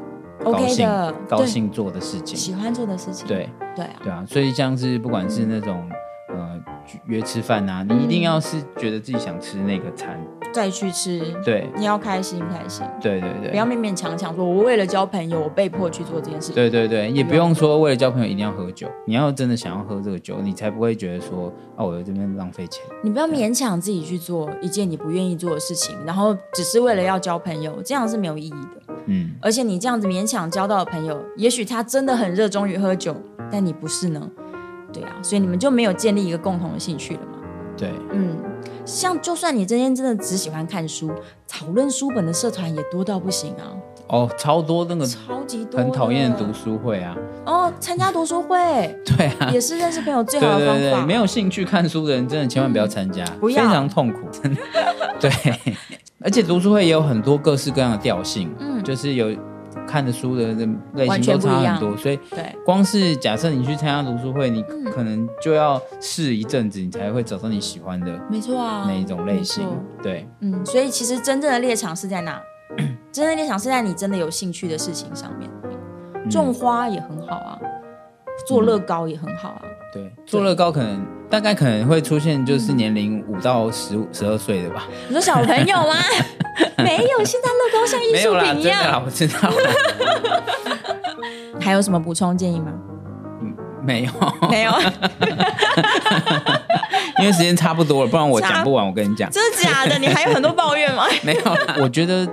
Speaker 1: 高
Speaker 2: OK
Speaker 1: 兴
Speaker 2: 的，
Speaker 1: 高
Speaker 2: 对
Speaker 1: 兴做的事情。
Speaker 2: 喜欢做的事情，
Speaker 1: 对
Speaker 2: 对啊，
Speaker 1: 对啊，所以像是不管是那种呃约吃饭啊，你一定要是觉得自己想吃那个餐。
Speaker 2: 再去吃，
Speaker 1: 对
Speaker 2: 你要开心开心，
Speaker 1: 对对
Speaker 2: 不要
Speaker 1: 对。
Speaker 2: 勉勉强强说，我为了交朋友，我被迫去做这件事情。
Speaker 1: 对对对，也不用说为了交朋友一定要喝酒，你要真的想要喝这个酒，你才不会觉得说啊，我在这边浪费钱。
Speaker 2: 你不要勉强自己去做一件你不愿意做的事情，然后只是为了要交朋友，这样是没有意义的。
Speaker 1: 嗯，
Speaker 2: 而且你这样子勉强交到的朋友，也许他真的很热衷于喝酒，但你不是呢？对啊，所以你们就没有建立一个共同的兴趣了嘛。
Speaker 1: 对。
Speaker 2: 嗯，像就算你今天真的只喜欢看书，讨论书本的社团也多到不行啊，
Speaker 1: 哦，超多那个
Speaker 2: 超级多。
Speaker 1: 很讨厌的读书会啊，
Speaker 2: 哦，参加读书会
Speaker 1: 对啊，
Speaker 2: 也是认识朋友最
Speaker 1: 对
Speaker 2: 好的
Speaker 1: 对
Speaker 2: 方法。
Speaker 1: 对，没有兴趣看书的人真的千万不要参加，
Speaker 2: 不要
Speaker 1: 非常痛苦，真的。对，而且读书会也有很多各式各样的调性，
Speaker 2: 嗯
Speaker 1: 就是有看的书的类
Speaker 2: 完全
Speaker 1: 型
Speaker 2: 不
Speaker 1: 都
Speaker 2: 一
Speaker 1: 差
Speaker 2: 样嗯
Speaker 1: 很多，所以
Speaker 2: 对
Speaker 1: 光是假设你去参加读书会，你可能就要试一阵子，你才会找到你喜欢的
Speaker 2: 没错啊，
Speaker 1: 那一种类型
Speaker 2: 没错。
Speaker 1: 对，
Speaker 2: 嗯，所以其实真正的猎场是在 哪？真正的猎场是在你真的有兴趣的事情上面。
Speaker 1: 嗯
Speaker 2: 种花也很好啊，做乐高也很好啊。
Speaker 1: 对，做乐高可能大概可能会出现就是年龄五到十五、十二岁的吧，
Speaker 2: 你说小朋友吗？没有，现在乐高像艺
Speaker 1: 嗯 没
Speaker 2: 术
Speaker 1: 有啦，
Speaker 2: 品
Speaker 1: 真
Speaker 2: 一
Speaker 1: 的啦
Speaker 2: 样。，
Speaker 1: 我知道啦，
Speaker 2: 还有什么补充建议吗？
Speaker 1: 没有，
Speaker 2: 没有，啊
Speaker 1: 因为时间差不多了，不然我讲不完。我跟你讲，
Speaker 2: 真的假的？你还有很多抱 怨吗？
Speaker 1: 没有啦，我觉得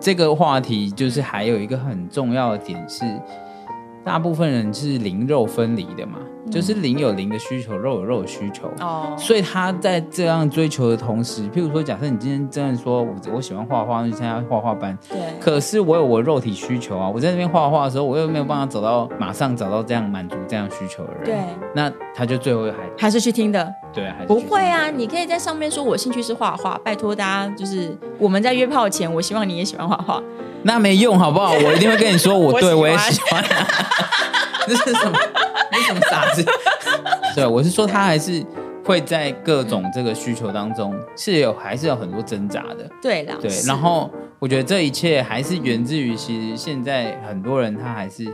Speaker 1: 这个话题就是还有一个很重要的点是，大部分人是零肉分离的嘛，就是零有零的需求，肉有肉的需求。
Speaker 2: 嗯哦，
Speaker 1: 所以他在这样追求的同时，譬如说，假设你今天真的说我我喜欢画画，那就参加画画班，
Speaker 2: 对，
Speaker 1: 可是我有我肉体需求啊，我在那边画画的时候，我又没有办法找到马上找到这样满足这样需求的人，
Speaker 2: 对，
Speaker 1: 那他就最后还
Speaker 2: 还是去听的。
Speaker 1: 对还是
Speaker 2: 不
Speaker 1: 去
Speaker 2: 会啊，你可以在上面说我兴趣是画画，拜托大家就是我们在约炮前，我希望你也喜欢画画。
Speaker 1: 那没用，好不好？我一定会跟 你说，我对我
Speaker 2: 我
Speaker 1: 也
Speaker 2: 喜
Speaker 1: 喜欢。 这是什么？这是什么傻子？ 对，我是说他还是会在各种这个需求当中是有还是有很多挣扎的。
Speaker 2: 对啦，
Speaker 1: 对，
Speaker 2: 是
Speaker 1: 然后我觉得这一切还是源自于，其实现在很多人他还是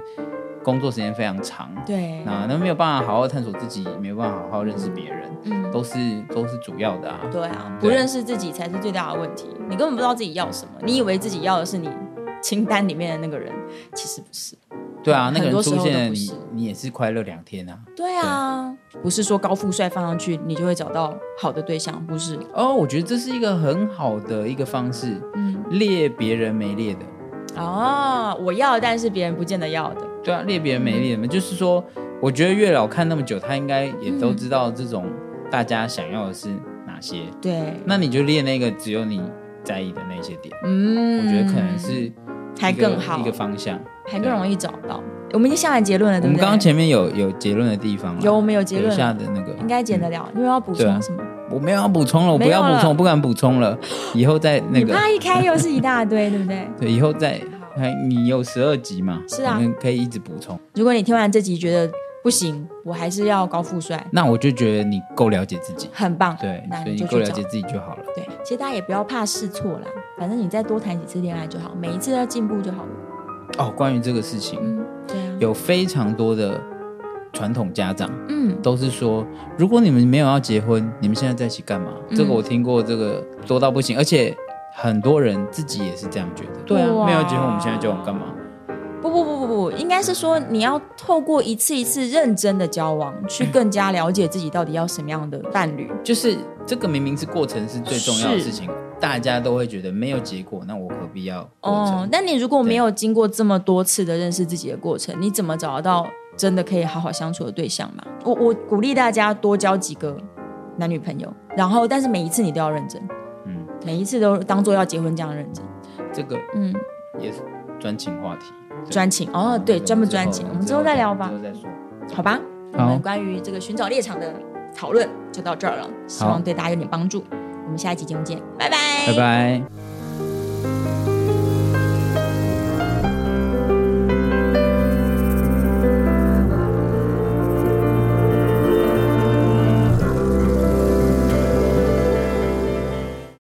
Speaker 1: 工作时间非常长，
Speaker 2: 对，
Speaker 1: 啊，那没有办法好好探索自己，没有办法好好认识别人，
Speaker 2: 嗯，
Speaker 1: 都是都是主要的啊。
Speaker 2: 对啊，不
Speaker 1: 对
Speaker 2: 认识自己才是最大的问题。你根本不知道自己要什么，你以为自己要的是你清单里面的那个人，其实不是。
Speaker 1: 对啊，那个
Speaker 2: 很多
Speaker 1: 人
Speaker 2: 时候
Speaker 1: 出现了
Speaker 2: 都不
Speaker 1: 你
Speaker 2: 是，
Speaker 1: 你也是快乐两天啊。
Speaker 2: 对啊，不是说高富帅放上去你就会找到好的对象，不是？
Speaker 1: 哦，我觉得这是一个很好的一个方式，
Speaker 2: 嗯，
Speaker 1: 列别人没列的，
Speaker 2: 哦，我要，但是别人不见得要的。
Speaker 1: 对啊，列别人没列的嘛，就是说，我觉得月老看那么久，他应该也都知道这种大家想要的是哪些，
Speaker 2: 对，
Speaker 1: 那你就列那个只有你在意的那些点，
Speaker 2: 嗯，
Speaker 1: 我觉得可能是一
Speaker 2: 还
Speaker 1: 个
Speaker 2: 更好
Speaker 1: 一，个方向。
Speaker 2: 还更容易找到。我们已经下完结论了，
Speaker 1: 我
Speaker 2: 对不
Speaker 1: 们
Speaker 2: 对？
Speaker 1: 刚刚前面有有结论的地方了，
Speaker 2: 有我们有结
Speaker 1: 留
Speaker 2: 论
Speaker 1: 下
Speaker 2: 了，
Speaker 1: 的那个
Speaker 2: 应该剪得了。你有要补
Speaker 1: 对啊
Speaker 2: 充什么？
Speaker 1: 我没有要补充了，我不
Speaker 2: 没有
Speaker 1: 要补
Speaker 2: 了
Speaker 1: 充，我不敢补充了，以后再那
Speaker 2: 你
Speaker 1: 个
Speaker 2: 怕一开又是一大堆，对不对？
Speaker 1: 对，以后再。哎，你有十二集嘛？
Speaker 2: 是啊
Speaker 1: 我们可以一直补充。
Speaker 2: 如果你听完这集觉得不行，我还是要高富帅，
Speaker 1: 那我就觉得你够了解自己，
Speaker 2: 很棒。
Speaker 1: 对，
Speaker 2: 那
Speaker 1: 所以
Speaker 2: 你
Speaker 1: 你
Speaker 2: 就
Speaker 1: 够
Speaker 2: 去
Speaker 1: 了
Speaker 2: 找
Speaker 1: 解。自己就好了。
Speaker 2: 对，其实大家也不要怕试错啦，反正你再多谈几次恋爱就好，每一次要进步就好了。
Speaker 1: 哦，关于这个事情，
Speaker 2: 嗯，对啊，
Speaker 1: 有非常多的传统家长
Speaker 2: 嗯，
Speaker 1: 都是说，如果你们没有要结婚，你们现在在一起干嘛？
Speaker 2: 嗯
Speaker 1: 这个我听过，这个多到不行，而且很多人自己也是这样觉得。对啊，
Speaker 2: 哇
Speaker 1: 没有结婚，我们现在交往干嘛？
Speaker 2: 不不不不不，应该是说你要透过一次一次认真的交往，去更加了解自己到底要什么样的伴侣。
Speaker 1: 就是这个明明是过程是最重要的
Speaker 2: 是
Speaker 1: 事情，大家都会觉得没有结果，那我何必要过程？
Speaker 2: 哦，那你如果没有经过这么多次的认识自己的过程，你怎么找得到真的可以好好相处的对象嘛？我我鼓励大家多交几个男女朋友，然后但是每一次你都要认真，
Speaker 1: 嗯
Speaker 2: 嗯，每一次都当做要结婚这样认真，
Speaker 1: 这个
Speaker 2: 嗯，
Speaker 1: 也是专情话题。对
Speaker 2: 专情哦，对，专不专情，我们之后再聊吧
Speaker 1: 之，后再说。
Speaker 2: 好吧？
Speaker 1: 好
Speaker 2: 我们关于这个寻找猎场的讨论就到这儿了，希
Speaker 1: 好
Speaker 2: 望对大家有点帮助。我们下一期节目见，拜拜，
Speaker 1: 拜拜。